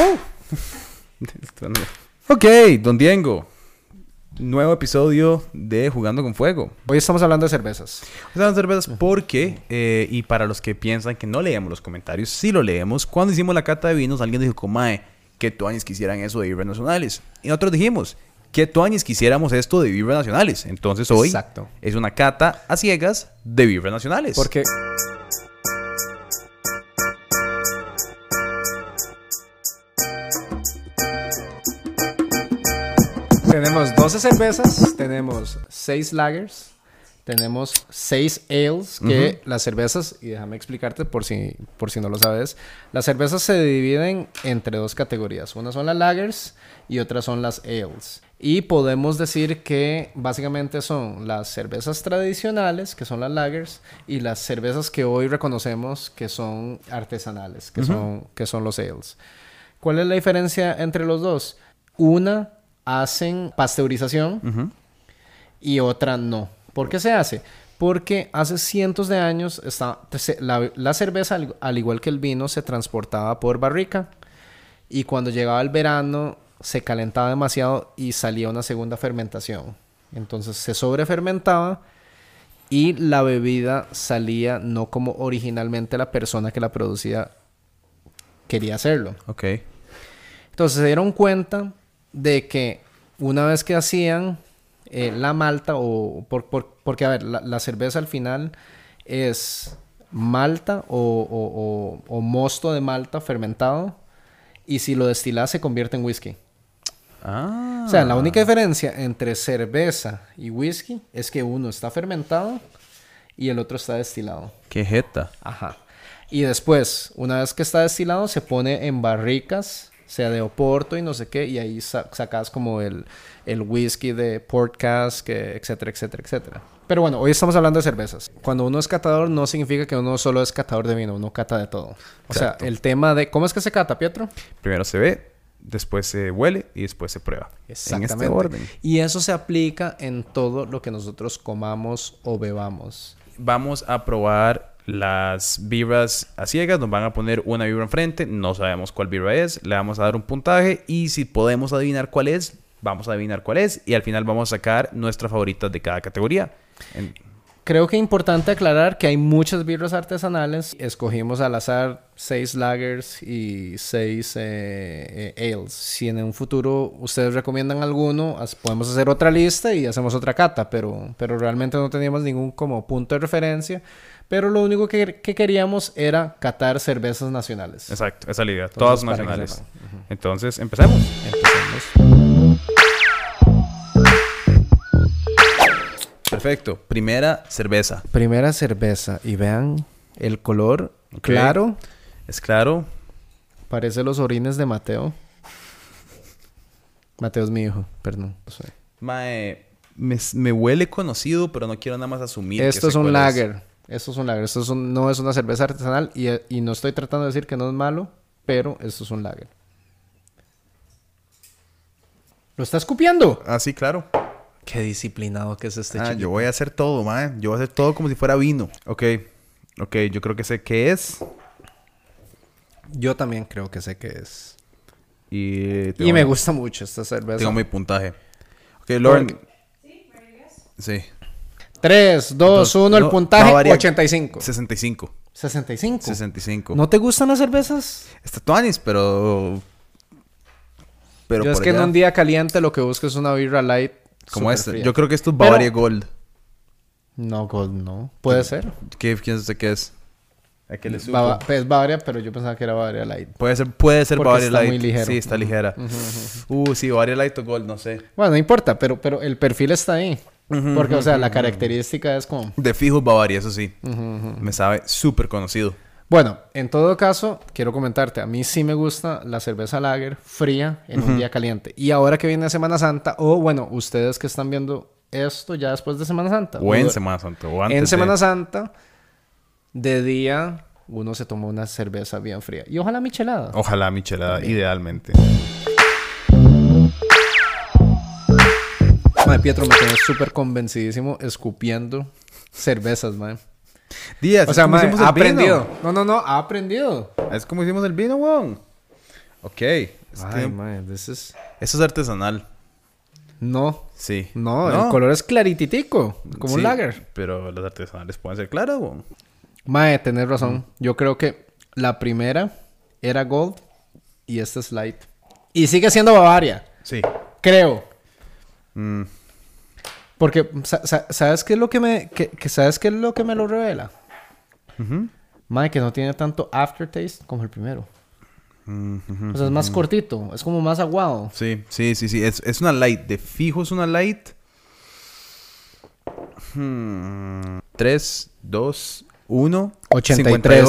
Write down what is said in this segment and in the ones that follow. Uh. Ok, don Diego. Nuevo episodio de Jugando con Fuego. Hoy estamos hablando de cervezas. Esas cervezas porque, eh, y para los que piensan que no leemos los comentarios, sí lo leemos. Cuando hicimos la cata de vinos, alguien dijo, comae, que tuanis quisieran eso de vibras nacionales. Y nosotros dijimos, que tuanis quisiéramos esto de vibras nacionales. Entonces hoy Exacto. es una cata a ciegas de vibras nacionales. Porque tenemos 12 cervezas, tenemos 6 lagers, tenemos 6 ales, que las cervezas, y déjame explicarte por si, por si no lo sabes, las cervezas se dividen entre dos categorías. Una son las lagers y otras son las ales. Y podemos decir que básicamente son las cervezas tradicionales, que son las lagers, y las cervezas que hoy reconocemos que son artesanales, que, son, que son los ales. ¿Cuál es la diferencia entre los dos? Una hacen pasteurización y otra no. ¿Por qué se hace? Porque hace cientos de años está, se- la, la cerveza, al, al igual que el vino, se transportaba por barrica y cuando llegaba el verano se calentaba demasiado y salía una segunda fermentación. Entonces se sobrefermentaba y la bebida salía no como originalmente la persona que la producía quería hacerlo. Ok. Entonces se dieron cuenta de que una vez que hacían eh, la malta o... por- por- porque, a ver, la, la cerveza al final es malta o, o- o- o mosto de malta fermentado y si lo destilás se convierte en whisky. Ah. O sea, la única diferencia entre cerveza y whisky es que uno está fermentado y el otro está destilado. Qué jeta. Ajá. Y después, una vez que está destilado, se pone en barricas, sea de Oporto y no sé qué, y ahí sa- sacas como el, el whisky de podcast, que, etcétera, etcétera, etcétera. Pero bueno, hoy estamos hablando de cervezas. Cuando uno es catador, no significa que uno solo es catador de vino, uno cata de todo. O sea, el tema de. ¿Cómo es que se cata, Pietro? Primero se ve, después se huele y después se prueba. En este orden. Y eso se aplica en todo lo que nosotros comamos o bebamos. vamos a probar las vibras a ciegas. Nos van a poner una vibra enfrente. No sabemos cuál vibra es. Le vamos a dar un puntaje. Y si podemos adivinar cuál es, vamos a adivinar cuál es. Y al final vamos a sacar nuestras favoritas de cada categoría. En- Creo que es importante aclarar que hay muchas birras artesanales. Escogimos al azar seis lagers y seis eh, eh, ales. Si en un futuro ustedes recomiendan alguno, as- podemos hacer otra lista y hacemos otra cata, pero, pero realmente no teníamos ningún como punto de referencia. Pero lo único que, que queríamos era catar cervezas nacionales. Exacto, esa es la idea. Todas para que nacionales. sepan. Entonces, empecemos. Empecemos. Perfecto. Primera cerveza. Primera cerveza y vean el color Ok. claro. Es claro. Parece los orines de Mateo. Mateo es mi hijo, perdón. no sé. Mae, me, me huele conocido, pero no quiero nada más asumir. que Esto es sé un cuál lager. Esto es un lager. Esto es un- no es una cerveza artesanal y, y no estoy tratando de decir que no es malo, pero esto es un lager. ¿Lo está escupiendo? Ah, sí, claro. Qué disciplinado que es este Ah, yo voy a hacer todo, mae. Yo voy a hacer todo como si fuera vino. Ok. Ok, yo creo que sé qué es. Yo también creo que sé qué es. Y, y mi- me gusta mucho esta cerveza. Tengo mi puntaje. Ok, Lauren. Sí. Tres, dos, Dos, uno, el no, puntaje no varía. 85. 65. 65. 65. ¿No te gustan las cervezas? Está tuanis, pero... Pero Yo es por que en allá, un día caliente lo que busco es una birra light. Como súper esta. fría. Yo creo que esto es Pero- Bavaria Gold. No, God, no. Puede ser. ¿Qué, ¿Quién sabe qué es? ¿A qué le supo? Bava- es pues, Bavaria, pero yo pensaba que era Bavaria Light. Puede ser, puede ser Porque Bavaria está Light. muy ligero. Sí, está ligera. Uh, sí, Bavaria Light o Gold, no sé. Bueno, no importa, pero, pero el perfil está ahí. Porque, o sea, la característica es como... De fijo Bavaria, eso sí. Me sabe súper conocido. Bueno, en todo caso, quiero comentarte, a mí sí me gusta la cerveza lager fría en un día caliente. Y ahora que viene Semana Santa, o bueno, ustedes que están viendo esto ya después de Semana Santa. O en du- Semana Santa. O antes En de- Semana Santa, de día, uno se toma una cerveza bien fría. Y ojalá michelada. Ojalá michelada, idealmente. Mae, Pietro, me tienes súper convencidísimo escupiendo cervezas, mae. Díaz, O sea, mae, ha aprendido. No, no, no, ha aprendido. Es como hicimos el vino, weón. Ok. Ay, Esto mae, this is- es artesanal. No, Sí. no, el color es clarititico, como Sí, un lager. Pero las artesanales pueden ser claras, weón. Mae, tenés razón. Yo creo que la primera era Gold y esta es Light. Y sigue siendo Bavaria, Sí. creo. Mm, Porque, sa- sa- ¿sabes qué es lo que me, que, que- ¿sabes qué es lo que me lo revela? ujú. Mae, que no tiene tanto aftertaste como el primero. Mm, ujú. O sea, es más cortito, es como más aguado. Sí, sí, sí, sí. Es, es una light. De fijo es una light. Hmm. 3, 2, 1. 83.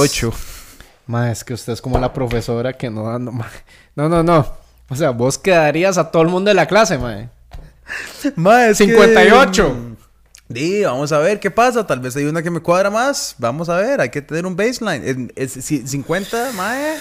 Mae, es que usted es como la profesora que no da... No, mae. no, no, no. O sea, vos quedarías a todo el mundo de la clase, mae. Más 58. Sí, vamos a ver qué pasa. Tal vez hay una que me cuadra más. Vamos a ver, hay que tener un baseline. En- es- si- 50, mae.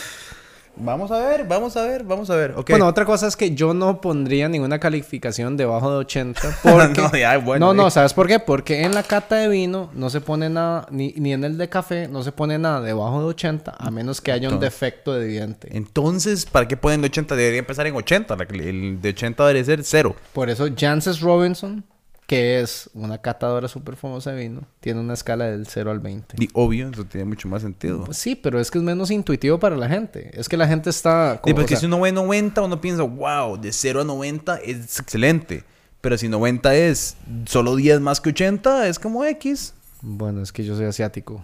Vamos a ver, vamos a ver, vamos a ver. Ok. Bueno, otra cosa es que yo no pondría ninguna calificación debajo de 80. Porque... No, no, ya, bueno, no, eh. ¿sabes por qué? Porque en la cata de vino no se pone nada, ni, ni en el de café, no se pone nada debajo de 80, a menos que haya un Entonces- defecto de diente. Entonces, ¿para qué ponen de 80? Debería empezar en 80. La- el de 80 debería ser cero. Por eso Jances Robinson, que es una catadora súper famosa de vino, tiene una escala del 0 al 20. Y obvio, eso tiene mucho más sentido. Pues sí, pero es que es menos intuitivo para la gente. Es que la gente está... Sí, como- porque o sea, si uno ve 90, uno piensa, wow, de 0 a 90 es excelente. Pero si 90 es solo 10 más que 80, es como X. Bueno, es que yo soy asiático.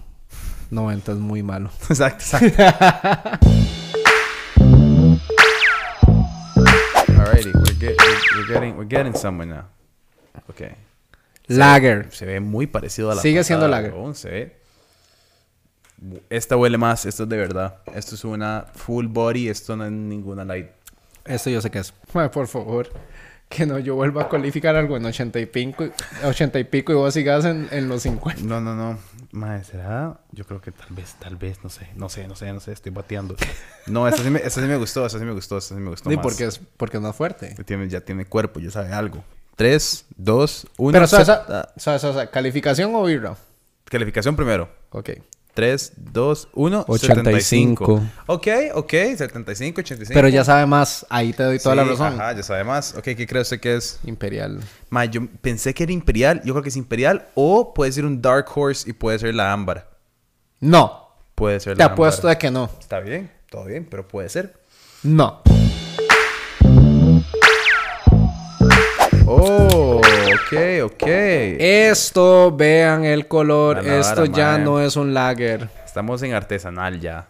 90 es muy malo. Exacto, exacto. Alrighty, we're, get- we're- we're getting, we're getting somewhere now. Ok. Lager. Se ve muy parecido a la Sigue siendo pasada, lager. weón, se ve. Esta huele más, esto es de verdad. Esto es una full body, esto no es ninguna light. Esto yo sé que es. Mae, por favor, que no yo vuelva a cualificar algo en 80 y pico, y- 80 y pico y vos sigas en, en los 50. No, no, no. Madre, ¿será? Yo creo que tal vez, tal vez, no sé, no sé, no sé, no sé, estoy bateando. No, esta sí me, esta sí me gustó, esta sí me gustó, esta sí me gustó. Sí, más. porque es, porque es más fuerte. Ya tiene, ya tiene cuerpo, ya sabe algo. 3, 2, 1. Pero, ¿sabes? ¿sabes? ¿sabes? ¿Calificación o birra? Calificación primero. Ok. 3, 2, 1, 85. 75. Ok, ok, 75, 85. Pero ya sabe más. Ahí te doy toda la Sí, razón. Ajá, ya sabe más. Ok, ¿qué cree usted que es? Imperial. Ma, yo pensé que era imperial, yo creo que es imperial, o puede ser un dark horse y puede ser la ámbar. No. Puede ser Te la ámbar. apuesto de que no. Está bien, todo bien, pero puede ser. No. Oh, ok, ok. Eh. Esto, vean el color. A la Esto vara, ya mae. no es un lager. Estamos en artesanal ya.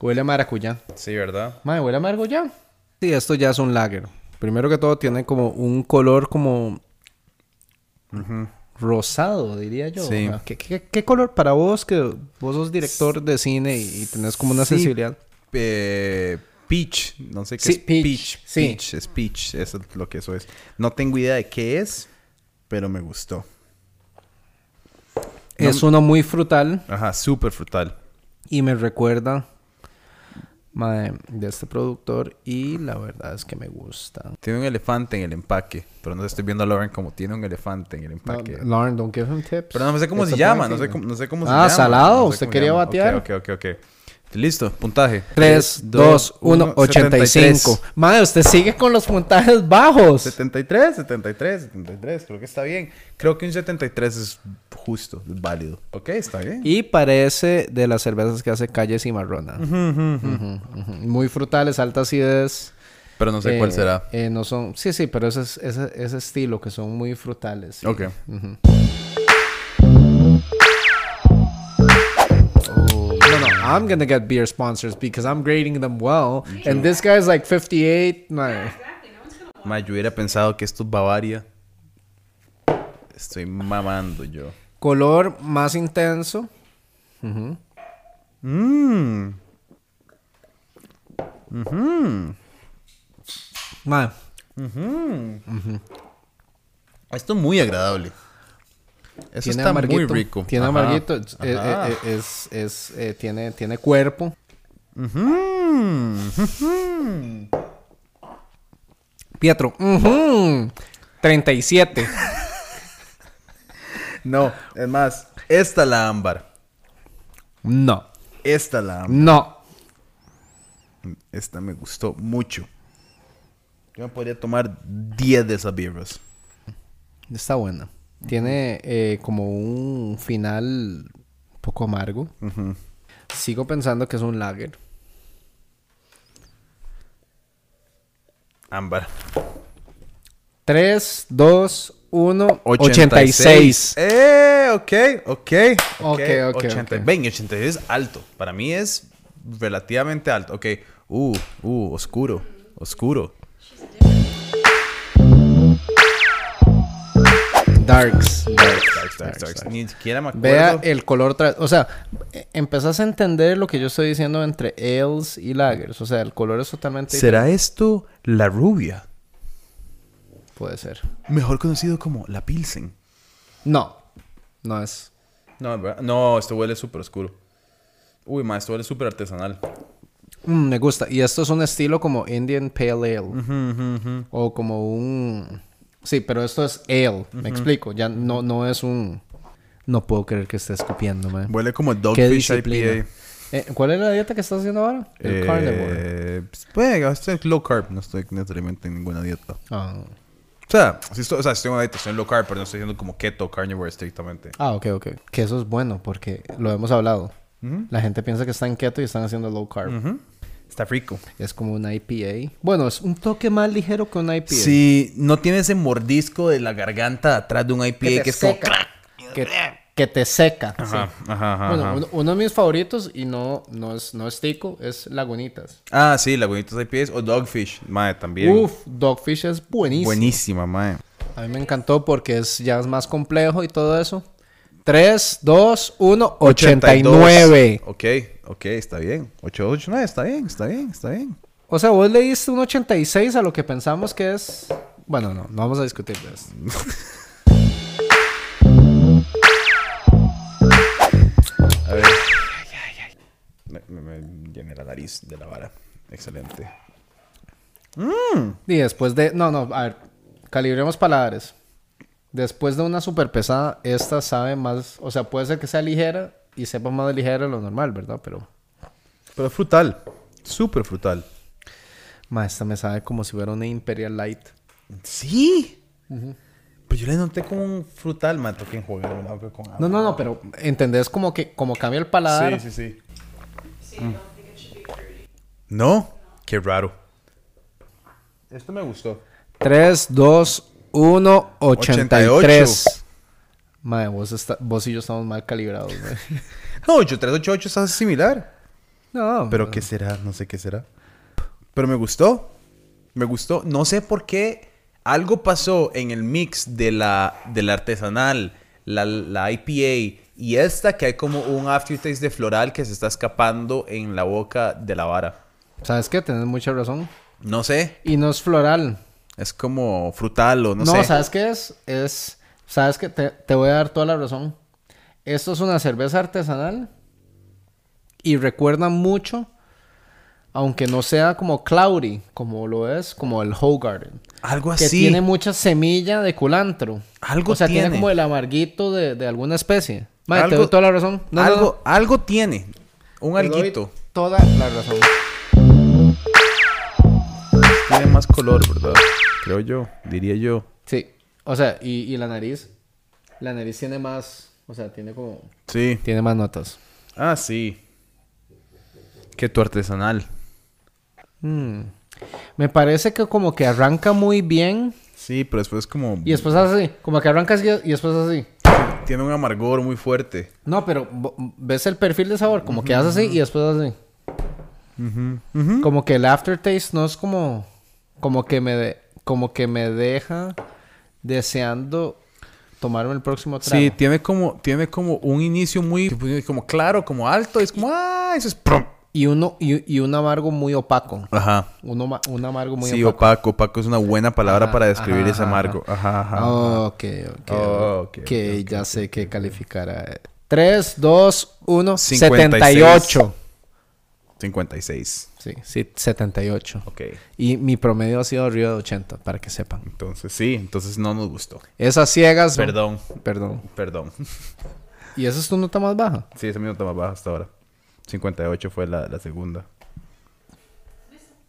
Huele a maracuyá. Sí, ¿verdad? Mae, huele a maracuyá. Sí, esto ya es un lager. Primero que todo, tiene como un color como rosado, diría yo. Sí. Ajá. ¿Qué, qué, qué color para vos, que vos sos director de cine y, y tenés como una Sí. sensibilidad? Eh, peach, no sé qué Sí, es peach, peach. sí. Peach, es peach, eso es lo que eso es. No tengo idea de qué es, pero me gustó. Es uno muy frutal Ajá, súper frutal. y me recuerda mae, de este productor y la verdad es que me gusta. Tiene un elefante en el empaque, pero no estoy viendo a Lauren como tiene un elefante en el No, empaque. Lauren, don't give him tips. Pero no sé cómo It's se a llama, point no sé finger. cómo, no sé cómo se Ah, llama. salado, no sé usted cómo se quería llama. batear. Ok, ok, ok, ok. Listo, puntaje. 3, 2, 1, 85. Madre, usted sigue con los puntajes bajos. 73, 73, 73, creo que está bien. Creo que un 73 es justo, es válido. Ok, está bien. Y parece de las cervezas que hace Calle Cimarrona. Ujú, ujú. Muy frutales, alta acidez. Pero no sé Eh, cuál será. eh, no son... Sí, sí, pero ese, es- ese, ese estilo que son muy frutales. sí. Ok. Ujú. Oh, No, no, I'm gonna get beer sponsors because I'm grading them well. And this guy's like 58. No. Ma, yo hubiera pensado que esto es Bavaria. Estoy mamando yo. Color más intenso. Ujú. Mmm. Mae, Esto es muy agradable. Eso tiene está amarguito. muy rico. Tiene Ajá, amarguito. Es, eh, ajá. eh, eh, es- es, eh, tiene, tiene cuerpo. Ujú, ujú. Pietro. ujú, 37. No, es más, esta la ámbar. No. Esta la ámbar. No. Esta me gustó mucho. Yo me podría tomar 10 de esas birras. Está buena. Tiene eh, como un final un poco amargo. Sigo pensando que es un lager. Ámbar. 3, 2, 1, 86. 86. Eh, ok, ok. Ok, Ok, ok, 80. ok. Ven, 86 es alto. Para mí es relativamente alto. Ok. Uh, uh, oscuro. Oscuro. Darks. Darks, darks, darks. Ni siquiera me Vea acuerdo. el color. tra- O sea, e- empezás a entender lo que yo estoy diciendo entre ales y lagers. O sea, el color es totalmente. ¿Será esto la rubia? Puede ser. Mejor conocido como la Pilsen. No. No es. No, ¿verdad? no, esto huele súper oscuro. Uy, ma, esto huele súper artesanal. Mm, me gusta. Y esto es un estilo como Indian Pale Ale. O como un. Sí, pero esto es ale. Me explico. Ya no, no es un. No puedo creer que esté escupiendo, man. Huele como Qué Dogfish disciplina. IPA. Eh, ¿Cuál es la dieta que estás haciendo ahora? El Eh, carnivore. pues, Bueno, estoy en low carb. No estoy necesariamente en ninguna dieta. Ah. O sea, si estoy, o sea, si estoy en una dieta, estoy en low carb, pero no estoy haciendo como keto, carnivore estrictamente. Ah, ok, ok. Que eso es bueno porque lo hemos hablado. La gente piensa que están keto y están haciendo low carb. Está rico. Es como una IPA. Bueno, es un toque más ligero que una IPA. Si no tienes ese mordisco de la garganta atrás de un IPA que, que, te es como... seca. Que, que te seca. Ajá, sí. ajá, ajá, Bueno, ajá. uno, uno de mis favoritos y no, no, es, no es tico, es Lagunitas. Ah, sí, lagunitas IPAs o Dogfish, mae, también. Uf, Dogfish es buenísimo. Buenísima, mae. A mí me encantó porque es, ya es más complejo y todo eso. 3, 2, 1, 89. 82. Ok, ok, está bien. 889, está bien, está bien, está bien. O sea, vos le diste un 86 a lo que pensamos que es. Bueno, no, no vamos a discutir de eso. A ver. Me, me- me llené la nariz de la vara. Excelente. Y después de. No, no, a ver. Calibremos paladares. Después de una super pesada, esta sabe más. O sea, puede ser que sea ligera y sepa más de ligera de lo normal, ¿verdad? Pero. Pero frutal. Súper frutal. Ma, esta me sabe como si fuera una Imperial Light. Sí. Pero yo le noté como un frutal, man. Toqué enjuagarme la boca con agua. No, ah. no, no, pero entendés como que como cambia el paladar. Sí, sí, sí. No, qué raro. Esto me gustó. 3, 2, 1, 83. Madre, vos, está- vos y yo estamos mal calibrados, güey. No, 8388 está similar. No, Pero qué será, no sé qué será. Pero me gustó. Me gustó. No sé por qué algo pasó en el mix de la, de la artesanal, la, la IPA y esta que hay como un aftertaste de floral que se está escapando en la boca de la vara. ¿Sabes qué? Tenés mucha razón. No sé. Y no es floral. Es como frutal o no, No, sé. ¿sabes qué es? Es. ¿Sabes qué? Te, te voy a dar toda la razón. Esto es una cerveza artesanal. Y recuerda mucho. Aunque no sea como cloudy, como lo es, como el Hogarden. Algo Que así. tiene mucha semilla de culantro. Algo O sea, tiene, tiene. como el amarguito de, de alguna especie. Madre, te Algo- doy toda la razón. No, no, algo, no. algo tiene. Un Te doy alguito. Toda la razón. Tiene más color, ¿verdad? Creo yo, diría yo. Sí. O sea, y, y la nariz. La nariz tiene más. O sea, tiene como. Sí. Tiene más notas. Ah, sí. Que tu artesanal. Mm. Me parece que como que arranca muy bien Sí, pero después como... y después así, como que arranca así y después así. Tiene un amargor muy fuerte. No, pero bo- ves el perfil de sabor, como que hace así y después así. Como que el aftertaste no es como como que me de- como que me deja deseando tomarme el próximo trago. Sí, tiene como, tiene como un inicio muy... Como claro, como alto. Es como... ¡Ah! Eso es... prum. Y uno y, y un amargo muy opaco. Ajá. Uno ma- un amargo muy sí, opaco. opaco. Opaco es una buena palabra Ajá, para describir ajá, ese ajá, amargo. Ajá, ajá. Ok, ok. Oh, ok, ok, ya sé eh. que calificará. 3, 2, 1, 78. 56. Sí, sí, 78. Ok. Y mi promedio ha sido arriba de 80, para que sepan. Entonces, sí. Entonces no nos gustó. Esas ciegas. son- Perdón. Perdón. Perdón. ¿Y esa es tu nota más baja? Sí, esa es mi nota más baja hasta ahora. 58 fue la, la segunda.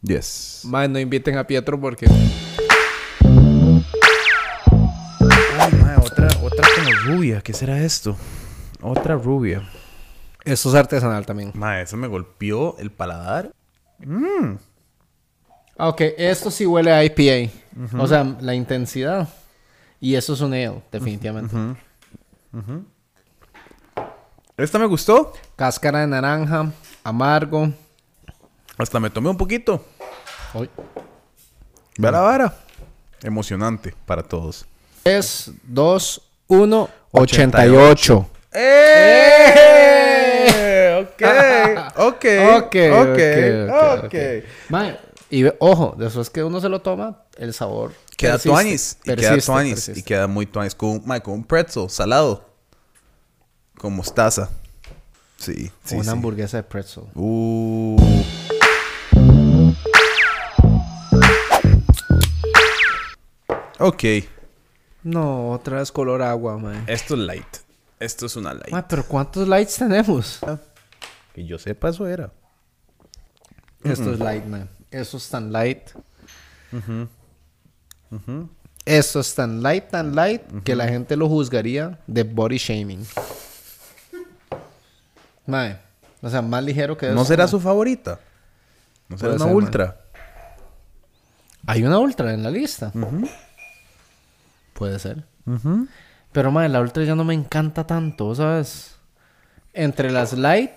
Yes. Más no inviten a Pietro porque. Ay, mae, otra, otra como rubia. ¿Qué será esto? Otra rubia. Esto es artesanal también. Mae, eso me golpeó el paladar. Ah, ok. Esto sí huele a IPA. O sea, la intensidad. Y eso es un ale, definitivamente. Esta me gustó. Cáscara de naranja, amargo. Hasta me tomé un poquito. Uy. Vara, Mm. vara. Emocionante para todos. 3, 2, 1, 88. ¡Eh! Ok, ok, Ok, ok, ok, ok, ok. Mae, y ve- ojo, después que uno se lo toma, el sabor. Queda persiste, tuanis, y queda persiste, tuanis, y persiste. queda muy tuanis. Con, un- mae, con un pretzel salado. Con mostaza. Sí, sí, Una sí. hamburguesa de pretzel. Uh. Ok. No, otra vez color agua, mae. Esto es light. Esto es una light. Mae, pero ¿cuántos lights tenemos? Que yo sepa, eso era. Esto es light, mae. Esto es tan light. Esto es tan light, tan light, que la gente lo juzgaría de body shaming. Mae, o sea, más ligero que eso. ¿No será mae. su favorita? ¿No será Puede una ser, ultra? Hay una ultra en la lista. Puede ser. Pero, madre, la ultra ya no me encanta tanto, ¿sabes? Entre las light,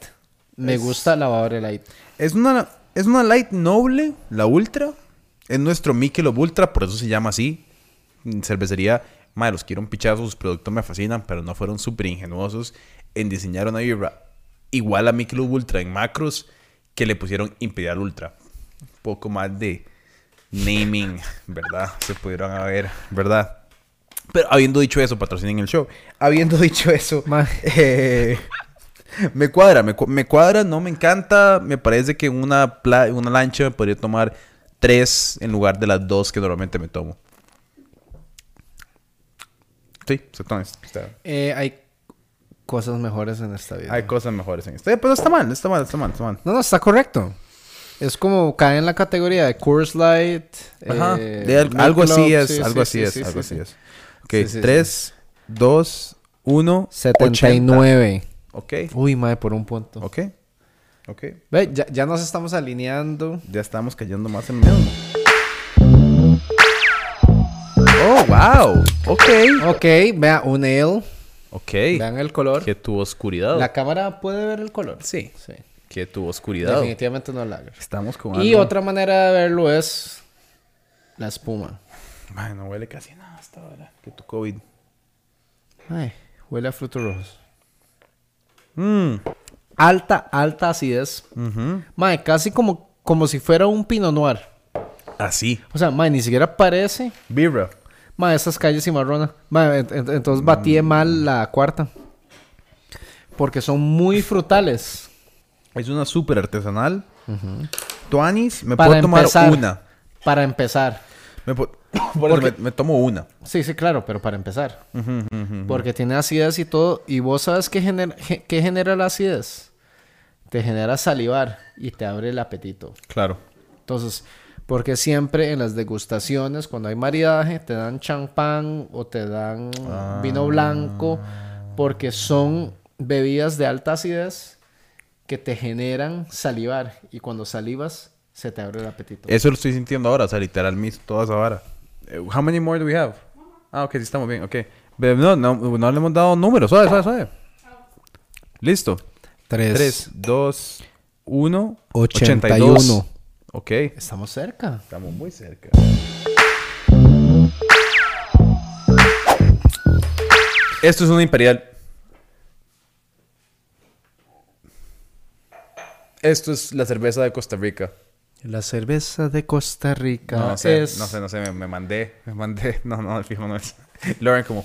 me gusta la Bavare light. Es una, es una light noble, la ultra. Es nuestro Michelob Ultra, por eso se llama así. Mm, Cervecería, madre, los quiero un pichazo, sus productos me fascinan, pero no fueron súper ingenuosos en diseñar una vibra igual a Michelob Ultra en macros que le pusieron Imperial Ultra. Un poco más de naming, ¿verdad? Se pudieron haber, ¿verdad? Pero habiendo dicho eso, patrocinen el show. Habiendo dicho eso, Ma- eh, me cuadra, me, cu- me cuadra, no me encanta. Me parece que una, pla- una lancha podría tomar tres en lugar de las dos que normalmente me tomo. Sí, exactamente. está- Eh, hay cosas mejores en esta vida. Hay cosas mejores en esto. Eh, pero está mal, está mal, está mal, está mal. No, no, está correcto. Es como cae en la categoría de Coors Light. Ajá. eh, de al- algo así Michelob, es, sí, algo sí, así sí, es, sí, algo sí, así sí. es. Ok, Sí, sí, tres, dos, uno, 79. 80. Ok, Uy, madre, por un punto. ok, ok. Ve, ya, ya nos estamos alineando. Ya estamos cayendo más en miedo. Oh, wow. Ok. Ok, vea, un ale. Ok. Vean el color. Que tuvo oscuridad. La cámara puede ver el color. Sí. Sí. Que tuvo oscuridad. Definitivamente no lager. Estamos con Y algo- otra manera de verlo es la espuma. Ay, no huele casi nada hasta ahora. Que tu COVID. Ay, huele a frutos rojos. Mm. Alta, alta acidez. Mae, casi como, como si fuera un pino noir. Así. O sea, mae, ni siquiera parece. Birra. Mae, esas calles cimarronas. Mae, ent- ent- entonces batí mal la cuarta. Porque son muy frutales. Es una súper artesanal. Tuanis, me Para puedo tomar empezar. una. Para empezar. Me, po- Por eso me- me tomo una. Sí, sí, claro, pero para empezar. Porque tiene acidez y todo. Y vos sabes qué genera, ge- qué genera la acidez. Te genera salivar y te abre el apetito. Claro. Entonces, porque siempre en las degustaciones, cuando hay maridaje, te dan champán o te dan Ah. vino blanco. Porque son bebidas de alta acidez que te generan salivar. Y cuando salivas, se te abre el apetito. Eso lo estoy sintiendo ahora, o sea, literal, mis, toda esa vara. Eh, How many more do we have? Ah, ok, sí estamos bien, ok. Pero no, no, no le hemos dado números, suave, suave, suave. Listo. 3, 2, 1, 81. Ok. Estamos cerca. Estamos muy cerca. Esto es una imperial. Esto es la cerveza de Costa Rica. La cerveza de Costa Rica No, no sé, Ah, es no sé, no sé, me, me mandé, me mandé. No, no, el fijo no es. Lauren como,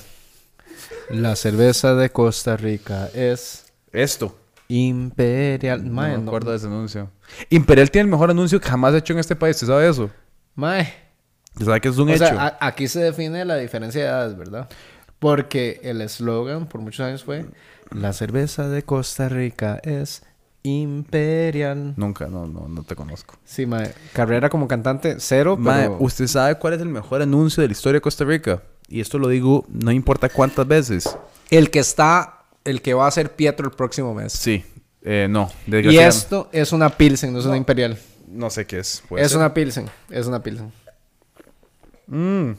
la cerveza de Costa Rica es esto. imperial. Mae, no me no- acuerdo de ese anuncio. Imperial tiene el mejor anuncio que jamás hecho en este país, ¿usted sabe eso? mae. ¿Usted sabe que es un O hecho? sea, ah, a- aquí se define la diferencia de edades, ¿verdad? Porque el eslogan por muchos años fue la cerveza de Costa Rica es Imperial. Nunca, no, no, no te conozco. Sí, mae. Carrera como cantante, cero, Mae, pero... ¿usted sabe cuál es el mejor anuncio de la historia de Costa Rica? Y esto lo digo no importa cuántas veces. El que está... El que va a ser Pietro el próximo mes. Sí, eh, no, Y desgraciadamente. esto es una Pilsen, no es una Imperial. No sé qué es. puede Es ser. una Pilsen. Es una Pilsen. Mm.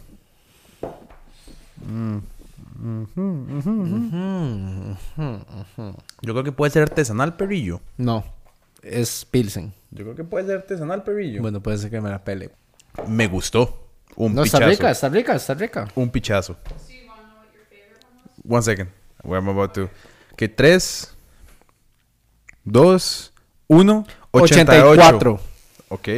Yo creo que puede ser artesanal perrillo. No. Es Pilsen. Yo creo que puede ser artesanal perrillo. Bueno, puede ser que me la pele. Me gustó. Un No, está pichazo. rica, está rica, está rica. Un pichazo. One second. Where I'm about to. Que 3, 2, 1, 84. Ok.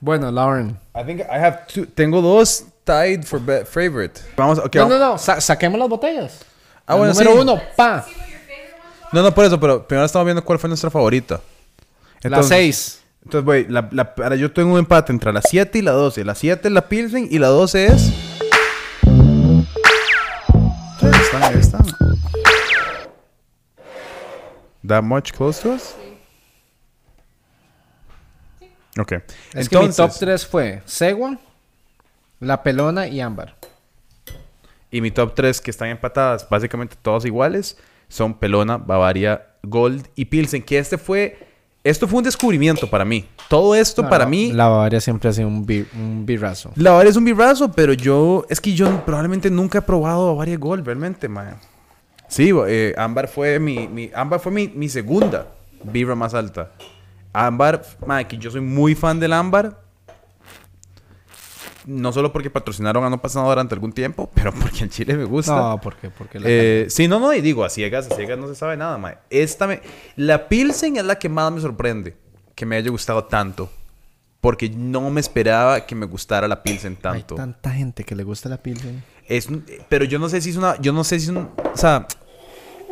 Bueno, Lauren. I think I have two. Tengo dos tied for be- favorite. Vamos, ok. No, vamos- no, no. sa- saquemos las botellas. Ah, El bueno, número sí. uno, pa. No, no, por eso, pero primero estamos viendo cuál fue nuestra favorita. La Entonces- seis. Entonces, güey, la, la- ahora yo tengo un empate entre la 7 y la 12. La 7 es la Pilsen y la 12 es. Ahí están, ahí están. That much close to us? Ok. Es que mi Entonces, top 3 fue Segua, La Pelona y Ámbar. y mi top 3 que están empatadas, básicamente todas iguales, son Pelona, Bavaria, Gold y Pilsen. Que este fue. Esto fue un descubrimiento para mí. Todo esto No, para no, mí. La Bavaria siempre ha sido un, bi- un birrazo. La Bavaria es un birrazo, pero yo... Es que yo probablemente nunca he probado Bavaria Gold, realmente, man. Sí, eh, Ámbar fue mi... mi ámbar fue mi, mi segunda birra más alta. Ámbar, man, que yo soy muy fan del Ámbar. No solo porque patrocinaron a No Pasado durante algún tiempo, pero porque en Chile me gusta. No, ¿por qué? Porque la Eh, sí, no, no, y digo, a ciegas, a ciegas no se sabe nada, mae. Esta me- La Pilsen es la que más me sorprende que me haya gustado tanto. Porque no me esperaba que me gustara la Pilsen hay tanto. tanta gente que le gusta la Pilsen. Es un- pero yo no sé si es una. Yo no sé si es un. O sea,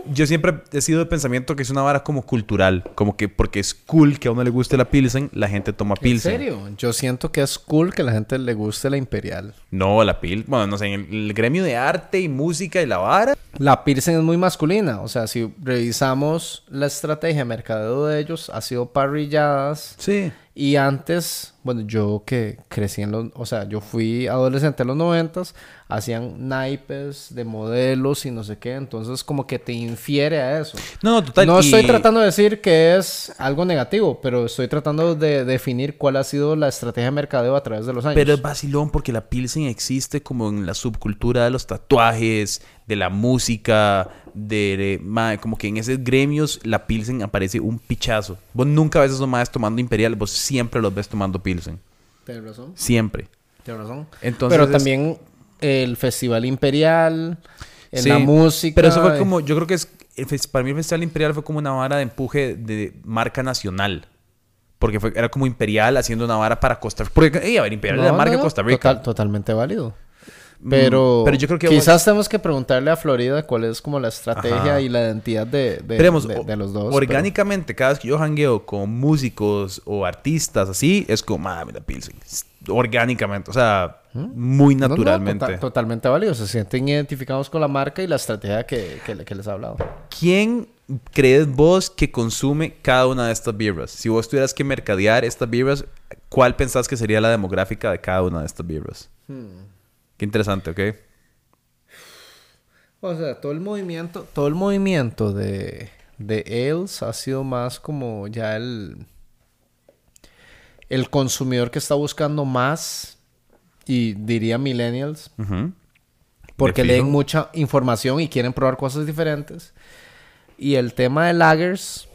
yo siempre he sido de pensamiento que es una vara como cultural. Como que porque es cool que a uno le guste la Pilsen, la gente toma Pilsen. ¿En serio? Yo siento que es cool que la gente le guste la Imperial. No, la Pilsen. Bueno, no sé, en el, el gremio de arte y música y la vara. La Pilsen es muy masculina. O sea, si revisamos la estrategia de mercadeo de ellos, ha sido parrilladas. Sí. Y antes, bueno, yo que crecí en los, o sea, yo fui adolescente en los noventas, hacían naipes de modelos y no sé qué, entonces como que te infiere a eso. No, no, total. no estoy y- tratando de decir que es algo negativo, pero estoy tratando de definir cuál ha sido la estrategia de mercadeo a través de los años. Pero es vacilón porque la Pilsen existe como en la subcultura de los tatuajes, de la música, de, de- ma, como que en esos gremios la Pilsen aparece un pichazo. Vos nunca ves a esos más tomando Imperial, vos siempre los ves tomando Pilsen. Tienes razón, Siempre. tienes razón. Entonces pero es- también el Festival Imperial, en Sí, la música. Pero eso fue eh, como, yo creo que es, el fes- para mí el Festival Imperial fue como una vara de empuje de marca nacional. Porque fue- era como Imperial haciendo una vara para Costa Rica. Porque, ey, a ver, Imperial es eh, la No, no, marca no, Costa Rica. total- totalmente válido. Pero, Mm, pero yo creo que quizás tenemos que preguntarle a Florida cuál es como la estrategia Ajá. y la identidad de, de, Esperemos, de- o- de los dos. Orgánicamente, cada vez que yo hangueo con músicos o artistas así, es como, mami, la Pilsen. S- Orgánicamente, o sea, muy pero- ¿Mm? No, no, naturalmente. tota- totalmente válido. Se sienten identificados con la marca y la estrategia que, que, le- que les he hablado. ¿Quién crees vos que consume cada una de estas birras? Si vos tuvieras que mercadear estas birras, ¿cuál pensás que sería la demográfica de cada una de estas birras? Hmm. Qué interesante, ¿ok? O sea, todo el movimiento, todo el movimiento de, de Ales ha sido más como ya el, el consumidor que está buscando más y diría millennials, Ujú. Porque De leen fijo. mucha información y quieren probar cosas diferentes. Y el tema de lagers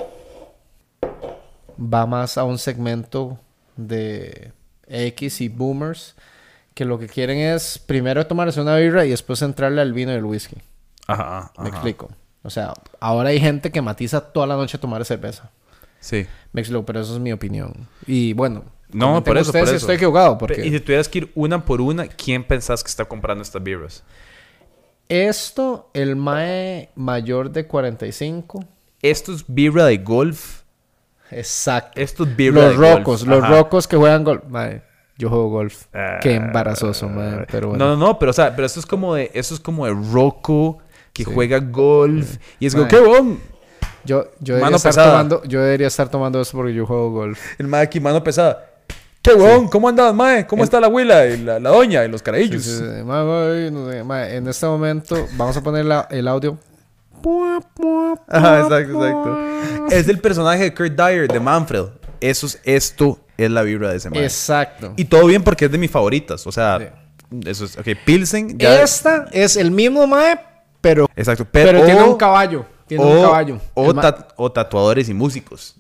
va más a un segmento de X y boomers que lo que quieren es primero tomarse una birra y después entrarle al vino y el whisky. Ajá, ajá. Me explico. O sea, ahora hay gente que matiza toda la noche a tomar cerveza. Sí. Me explico, pero eso es mi opinión. Y bueno, No, comenten por eso, por ustedes si eso. estoy equivocado. Y Porque si tuvieras que ir una por una, ¿quién pensás que está comprando estas birras? esto, el mae mayor de 45 Esto es birra de golf. Exacto. Esto es birra los de golf. rocos, los Ajá. Ah, rocos que juegan golf. Madre, yo juego golf. Qué embarazoso, madre. Pero bueno. No, no, no, pero o sea, pero esto es como de, esto es como de roco que juega golf y es como Mae. qué bon. Yo, yo, debería Mano estar pesada. tomando, yo debería estar tomando esto porque yo juego golf. El mae aquí, mano pesada. ¿Qué huevón? ¿Cómo andas, mae? ¿Cómo está la abuela? Y la, la doña y los carajillos. Sí, sí, sí. Ma, ma, ay, no sé, ma, en este momento vamos a poner la- el audio. Ajá, exacto, exacto. Es del personaje de Kurt Dyer, de Manfred. Eso es, esto es la vibra de ese mae. Exacto. Y todo bien porque es de mis favoritas. O sea, eso es. Ok, Pilsen. Ya, Esta es el mismo mae, pero, Exacto. pero, o- tiene un caballo. Tiene un o- caballo. O, El ma- tat- o tatuadores y músicos.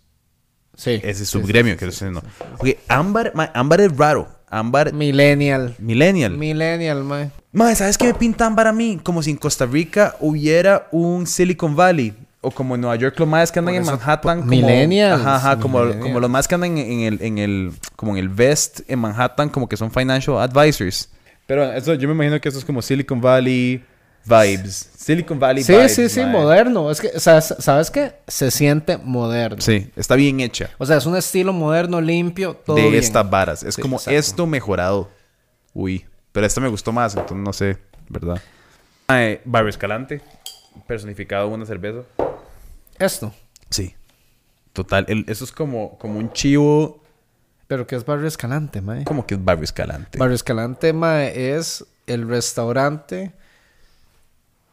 sí. Ese subgremio que es- no. Ok, Ámbar, ma- Ámbar es raro. Ámbar Millennial. Millennial. Millennial, mae. Mae, ¿sabes qué me pinta ámbar a mí? Como si en Costa Rica hubiera un Silicon Valley. O como en Nueva York, los más que andan Por en eso, Manhattan. po- Como, millennials, Ajá, ajá, como, millennials. como los más que andan en el, en el, como en el Vest, en Manhattan, como que son financial advisors. Pero bueno, eso, yo me imagino que eso es como Silicon Valley vibes. Silicon Valley Sí, vibes. sí, sí, mae. moderno. Es que, o sea, ¿sabes qué? Se siente moderno. Sí, está bien hecha. O sea, es un estilo moderno, limpio, todo de bien. estas varas. Es Sí, como exacto. esto mejorado. Uy, pero esta me gustó más, entonces no sé, ¿verdad? Mae, Ah, eh, Barrio Escalante, personificado en una cerveza. Esto. Sí. Total, el- eso es como, como un chivo, Pero que es Barrio Escalante, mae. como que es Barrio Escalante. Barrio Escalante, mae, es el restaurante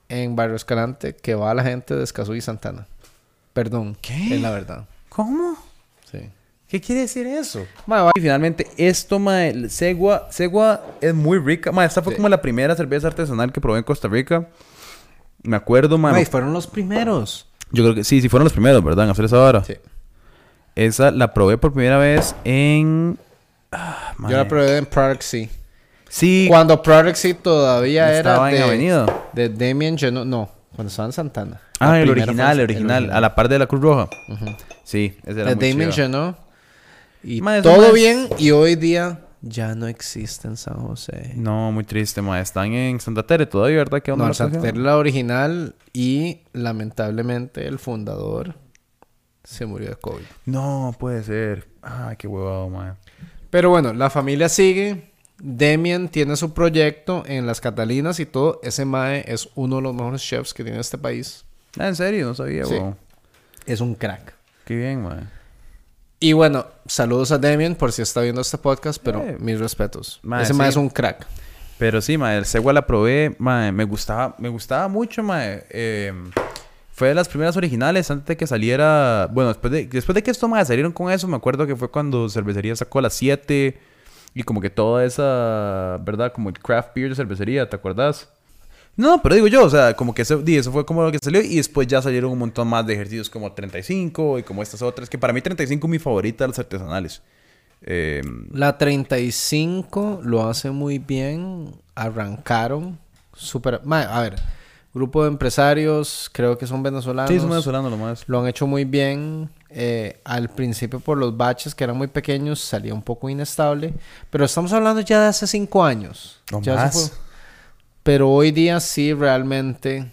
en Barrio Escalante que va a la gente de Escazú y Santana. Perdón. ¿Qué? Es la verdad. ¿Cómo? Sí. ¿Qué quiere decir eso? Mae, va- Y finalmente, esto, mae, el Segua, Segua es muy rica. Mae, esta fue como la primera cerveza artesanal que probé en Costa Rica. Me acuerdo, mae. mae, fueron los primeros. Yo creo que sí, sí fueron los primeros, ¿verdad? En hacer esa vara. Sí. Esa la probé por primera vez en. Ah, Yo la mae. probé en Product C. Sí, Cuando Product C todavía Estaba era en de, Avenida. de Damien Geno- No, cuando estaba en Santana. Ah, La el primera original, fue- el original, a la par de la Cruz Roja. Sí, ese era de muy Damien chiva. Geno. Y Ma, eso todo más- bien. Y hoy día ya no existe en San José. No, muy triste, ma. Están en Santa Tere todavía, ¿verdad? ¿Qué onda No, la el Santa canción? Teresa era la original y lamentablemente el fundador se murió de COVID. No, puede ser. Ay, qué huevado, ma. Pero bueno, la familia sigue. Demian tiene su proyecto en las Catalinas y todo. Ese Mae es uno de los mejores chefs que tiene este país. Ah, en serio, no sabía, Sí. huevón. Es un crack. Qué bien, ma. Y bueno, saludos a Demian por si está viendo este podcast, pero Eh. mis respetos. Mae, Ese Mae sí. es un crack. Pero sí, ma, el Segua la probé, ma. Me gustaba, me gustaba mucho, ma. Eh, fue de las primeras originales antes de que saliera. Bueno, después de, después de que esto, ma, salieron con eso, me acuerdo que fue cuando Cervecería sacó las 7 y como que toda esa, ¿verdad? Como el craft beer de cervecería, ¿te acuerdas? No, pero digo yo, o sea, como que eso, di, eso fue como lo que salió y después ya salieron un montón más de ejercicios como 35 y como estas otras, que para mí 35 es mi favorita de las artesanales. Eh, La 35 lo hace muy bien. Arrancaron. Super... mae, a ver, grupo de empresarios, creo que son venezolanos. sí, es venezolano lo más. Lo han hecho muy bien. Eh, al principio por los baches que eran muy pequeños salía un poco inestable. Pero estamos hablando ya de hace cinco años. No Ya se más. fue. Pero hoy día sí realmente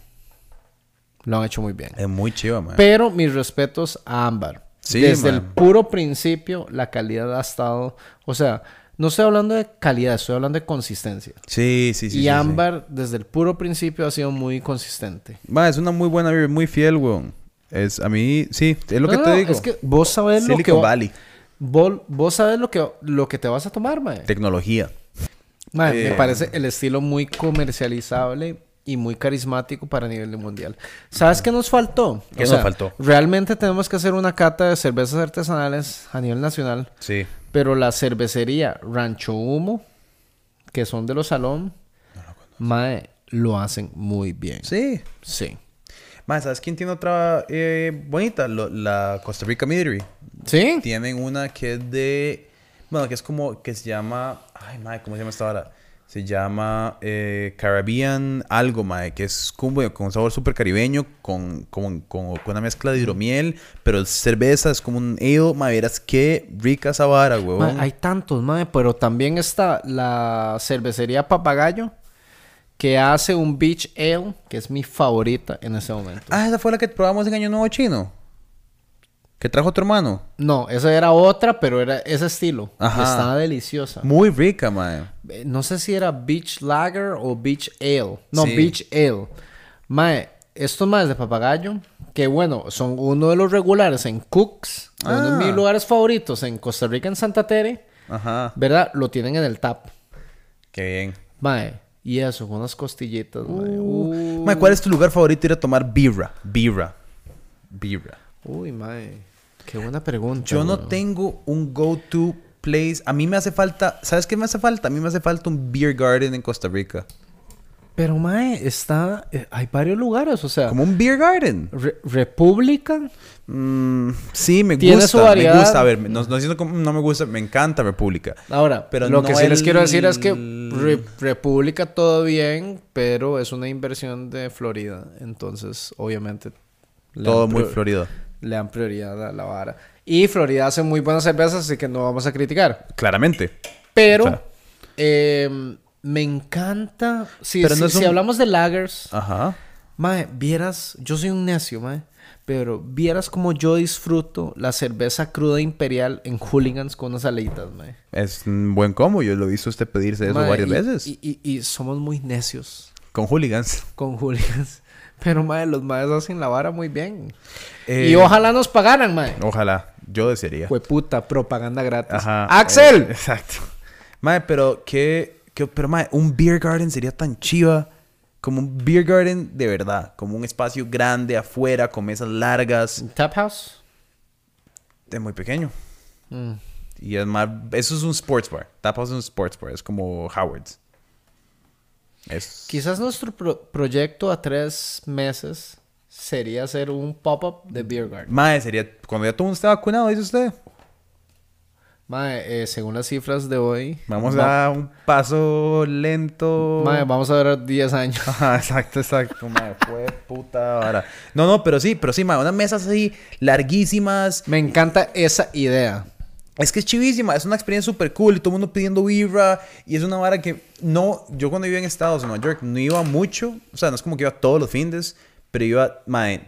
lo han hecho muy bien. Es muy chiva, man. Pero mis respetos a Ámbar. Sí, Desde el man. puro principio, la calidad ha estado. O sea, no estoy hablando de calidad, estoy hablando de consistencia. Sí, sí, sí. sí, y sí. Ámbar, desde el puro principio, ha sido muy consistente. Ma, es una muy buena beer, muy fiel, weón. Es, a mí, sí, es lo No, que no, te no, digo. Es que vos sabés lo que. Silicon va- Valley. Vol- vos sabés lo que, lo que te vas a tomar, mae. Tecnología. Mae, Eh. Me parece el estilo muy comercializable y muy carismático para nivel mundial. ¿Sabes qué nos faltó? ¿Qué nos faltó? Realmente tenemos que hacer una cata de cervezas artesanales a nivel nacional. Sí. Pero la cervecería Rancho Humo, que son de los Salón, mae, lo hacen muy bien. Sí. Sí. Ma, ¿sabes quién tiene otra eh, bonita? Lo- la Costa Rica Midry. ¿Sí? Tienen una que es de. Bueno, que es como. Que se llama. Ay, ma, ¿cómo se llama esta vara? Se llama eh, Caribbean algo, ma, que es como con un sabor súper caribeño, con, con, con, con una mezcla de hidromiel, pero es cerveza, es como un ale, ma, verás qué rica esa vara, Mae, huevón. hay tantos, mae, pero también está la cervecería Papagayo que hace un Beach Ale, que es mi favorita en ese momento. Ah, esa fue la que probamos en Año Nuevo Chino. Que trajo tu hermano. No, esa era otra, pero era ese estilo. Ajá. Estaba deliciosa. Muy rica, mae. Eh, No sé si era Beach Lager o Beach Ale. No, Sí. Beach Ale. Mae, estos maes de papagayo que bueno, son uno de los regulares en Cooks, uno de mis Ah. lugares favoritos en Costa Rica, en Santa Tere, Ajá. ¿verdad? Lo tienen en el tap. Qué bien. Mae, y eso, con unas costillitas, mae. Uh. Mae, ¿cuál es tu lugar favorito ir a tomar birra? Birra. Birra. Uy, mae. Qué buena pregunta. Yo no weón. tengo un go-to place. A mí me hace falta. ¿Sabes qué me hace falta? A mí me hace falta un beer garden en Costa Rica. Pero, mae, está... eh, hay varios lugares, o sea... ¿Como un beer garden? Re- República. Mm, sí, me Tiene gusta. su variedad. Me gusta. A ver, no, no, siento como- no me gusta. Me encanta República. Ahora, Pero lo no que sí les el- quiero decir es que Re- República todo bien, pero es una inversión de Florida. Entonces, obviamente... le Todo han muy prior- florido. Le dan prioridad a la vara. Y Florida hace muy buenas cervezas, así que no vamos a criticar. Claramente. Pero O sea. eh, me encanta. Si, Pero no si- es si un- hablamos de lagers, Ajá. Ah. mae, vieras, yo soy un necio, mae. Pero vieras como yo disfruto la cerveza cruda imperial en hooligans con unas alitas, mae. Es un buen combo. Yo lo he visto a usted pedirse eso Mae, varias y- veces. Y, y- y somos muy necios Con hooligans. con hooligans. Pero, mae, los maes hacen la vara muy bien. Eh, Y ojalá nos pagaran, mae. Ojalá. Yo desearía. Hueputa, propaganda gratis. Ajá. ¡Axel! Eh, exacto. Mae, pero qué, qué- Pero, mae, un beer garden sería tan chiva. Como un beer garden de verdad. Como un espacio grande afuera, con mesas largas. Tap House. Es muy pequeño. Mm. Y es más. Eso es un sports bar. Tapas es un sports bar. Es como Howard's. Es. Quizás nuestro pro- proyecto a tres meses sería hacer un pop-up de Beer Garden. Mae, sería. Cuando ya todo el mundo esté vacunado, dice usted. Mae, eh, según las cifras de hoy, Vamos va- a un paso lento. mae, vamos a ver 10 años. Ajá, exacto, exacto, madre, fue puta vara. No, no, pero sí, pero sí, madre, unas mesas así larguísimas. Me encanta esa idea. Es que es chivísima, es una experiencia súper cool y todo el mundo pidiendo birra y es una vara que no, yo cuando vivía en Estados Unidos, en Nueva York, no iba mucho, o sea, no es como que iba todos los fines, pero iba, madre,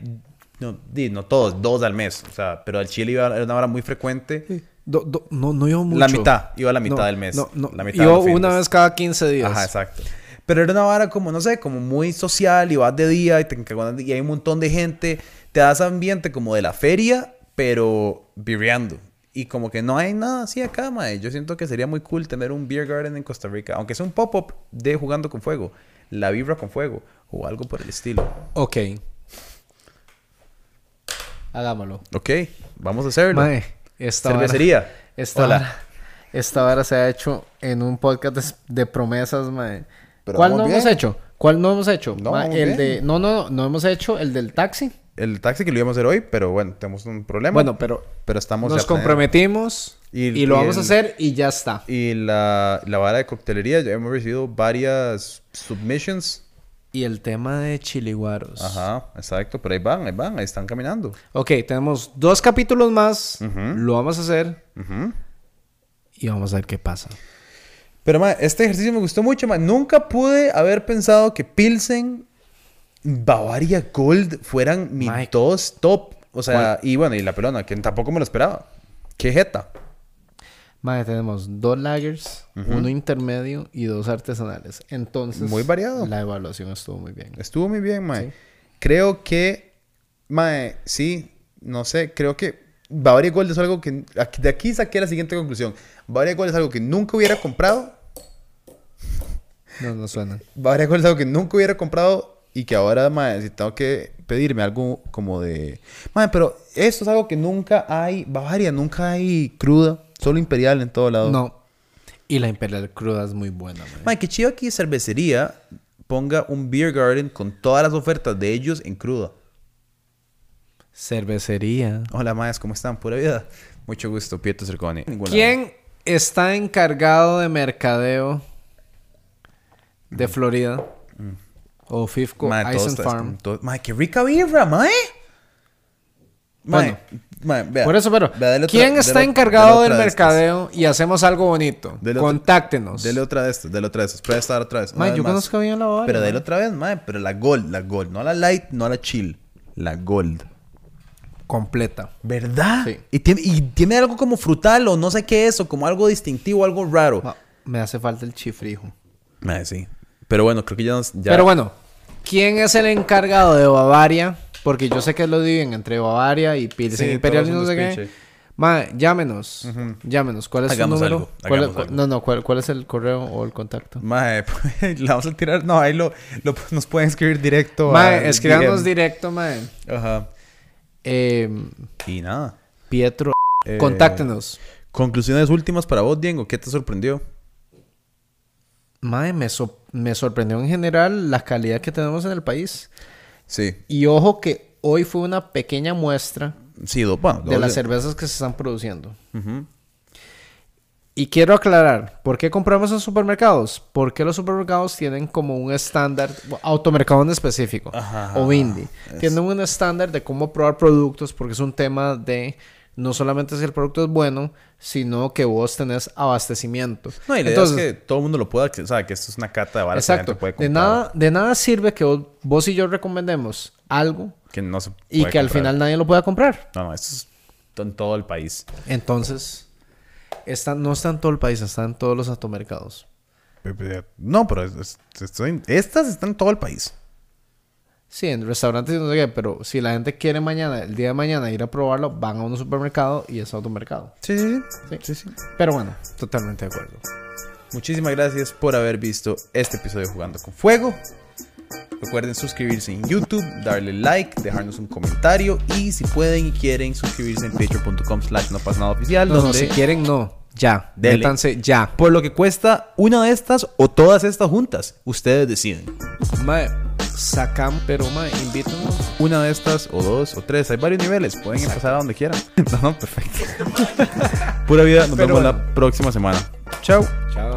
no, di, no todos, dos al mes, o sea, pero al Chile iba, era una vara muy frecuente. Do- do- no, no iba mucho. La mitad, iba a la mitad No, del mes. No, no. la mitad de iba los fines. una vez cada 15 días. Ajá, exacto. Pero era una vara como, no sé, como muy social y vas de día y, te encagonas de- y hay un montón de gente. Te das ambiente como de la feria, pero birreando. Y como que no hay nada así acá, mae. Yo siento que sería muy cool tener un beer garden en Costa Rica. Aunque sea un pop-up de jugando con fuego. La vibra con fuego. O algo por el estilo. Ok. Hagámoslo. Ok, vamos a hacerlo. Mae, esta vara- Cervecería. Esta Hola. vara, esta vara se ha hecho en un podcast de, de promesas, mae. Pero ¿Cuál no vamos hemos bien. hecho? ¿Cuál no hemos hecho? No, Mae, vamos el bien. de no, no, no, no hemos hecho el del taxi. El taxi que lo íbamos a hacer hoy, pero bueno, tenemos un problema. Bueno, pero pero estamos... nos ya planeando. comprometimos Y el- y, lo y vamos a el- hacer y ya está. Y la, la vara de coctelería, ya hemos recibido varias submissions. Y el tema de chiliguaros. Ajá, exacto, pero ahí van, ahí van, ahí están caminando. Ok, tenemos dos capítulos más. Lo vamos a hacer Ujú. y vamos a ver qué pasa. Pero, ma, este ejercicio me gustó mucho, ma. Nunca pude haber pensado que Pilsen, Bavaria Gold fueran mis Mae. dos top. O sea, y bueno, y la pelona, que tampoco me lo esperaba. Qué jeta. Mae, tenemos dos lagers, uno intermedio y dos artesanales. Entonces, Muy variado. La evaluación estuvo muy bien. Estuvo muy bien, mae. Creo que, mae, sí, no sé, creo que Bavaria Gold es algo que, aquí- de aquí saqué la siguiente conclusión. Bavaria Gold es algo que nunca hubiera comprado. No, no suena. Bavaria Gold es algo que nunca hubiera comprado y que ahora, mae, si tengo que pedirme algo como de... Mae, pero esto es algo que nunca hay, Bavaria, nunca hay cruda, solo imperial en todo lado. No. Y la Imperial Cruda es muy buena, mae. Mae, qué chido que cervecería ponga un beer garden con todas las ofertas de ellos en cruda. Cervecería. Hola, Mayas, ¿cómo están? Pura vida. Mucho gusto, Pietro Cerconi. Ninguna- ¿Quién está encargado de mercadeo de Florida? O FIFCO Mm. Mae, todo Ice and está- Farm. todo- Mae, qué rica vibra, mae. Mae, mae, vea. Por eso, pero, Vea, dele otra- ¿quién dele está otra- encargado dele otra del de estas. mercadeo y hacemos algo bonito? Dele otra- Contáctenos. Dele otra de estas, dele otra de estas. Prueba esta otra vez. una Mae, vez yo más. conozco bien la Bavaria, Pero dele mae. otra vez, mae. Pero la gold, la gold. No la light, no la chill. La gold. Completa. ¿Verdad? Sí. Y tiene, y tiene algo como frutal o no sé qué es, o como algo distintivo, algo raro. Ah. No, me hace falta el chifrijo. Mae, sí. Pero bueno, creo que ya nos... ya- Pero bueno, ¿Quién es el encargado de Bavaria? Porque yo sé que lo dividen entre Bavaria y Pilsen Sí, Imperial todos y son no sé qué. despiche. Ma, llámenos. Llámenos. ¿Cuál es Hagamos su número? algo, ¿Cuál- hagamos cuál- algo. No, no. ¿cuál, cuál es el correo o el contacto? Mae, pues, la vamos a tirar. No, ahí lo, lo- pues, nos pueden escribir directo. Mae, al DM. escríbanos directo, mae. Ajá. Eh, Y nada. Pietro, Eh, contáctenos. Conclusiones últimas para vos, Diego. ¿Qué te sorprendió? Mae, me, so- me sorprendió en general la calidad que tenemos en el país. Sí. Y ojo que hoy fue una pequeña muestra Sí, do- bueno, de las doble. cervezas que se están produciendo. Ujú. Y quiero aclarar, ¿por qué compramos en supermercados? Porque los supermercados tienen como un estándar, automercado en específico, Ajá, o indie, tienen un estándar de cómo probar productos porque es un tema de no solamente si el producto es bueno, sino que vos tenés abastecimiento. No, y la Entonces, idea es que todo el mundo lo pueda, que- o sea, que esto es una cata de balas que la exacto, gente puede de comprar, nada, de nada sirve que vos, vos y yo recomendemos algo Que no se puede y que al comprar. final nadie lo pueda comprar. No, no, esto es to- en todo el país. Entonces, está- no está en todo el país, está en todos los automercados. No, pero es- es- estoy- estas están en todo el país. Sí, en restaurantes y no sé qué, pero si la gente quiere mañana, el día de mañana ir a probarlo, van a un supermercado y es automercado. Sí, sí, Sí. sí, sí. Pero bueno, totalmente de acuerdo. Muchísimas gracias por haber visto este episodio de Jugando con Fuego. Recuerden suscribirse en YouTube, darle like, dejarnos un comentario y si pueden y quieren suscribirse en patreon.com slash no pasa nada oficial. No, no, donde si quieren, no. Ya. Dele. Métanse ya. Por lo que cuesta una de estas o todas estas juntas, ustedes deciden. Mae, sacan, pero mae, invítanos. Una de estas o dos o tres, hay varios niveles, pueden empezar a donde quieran. No, no, perfecto. Pura vida, nos Pero vemos bueno. la próxima semana. Chao. Chao.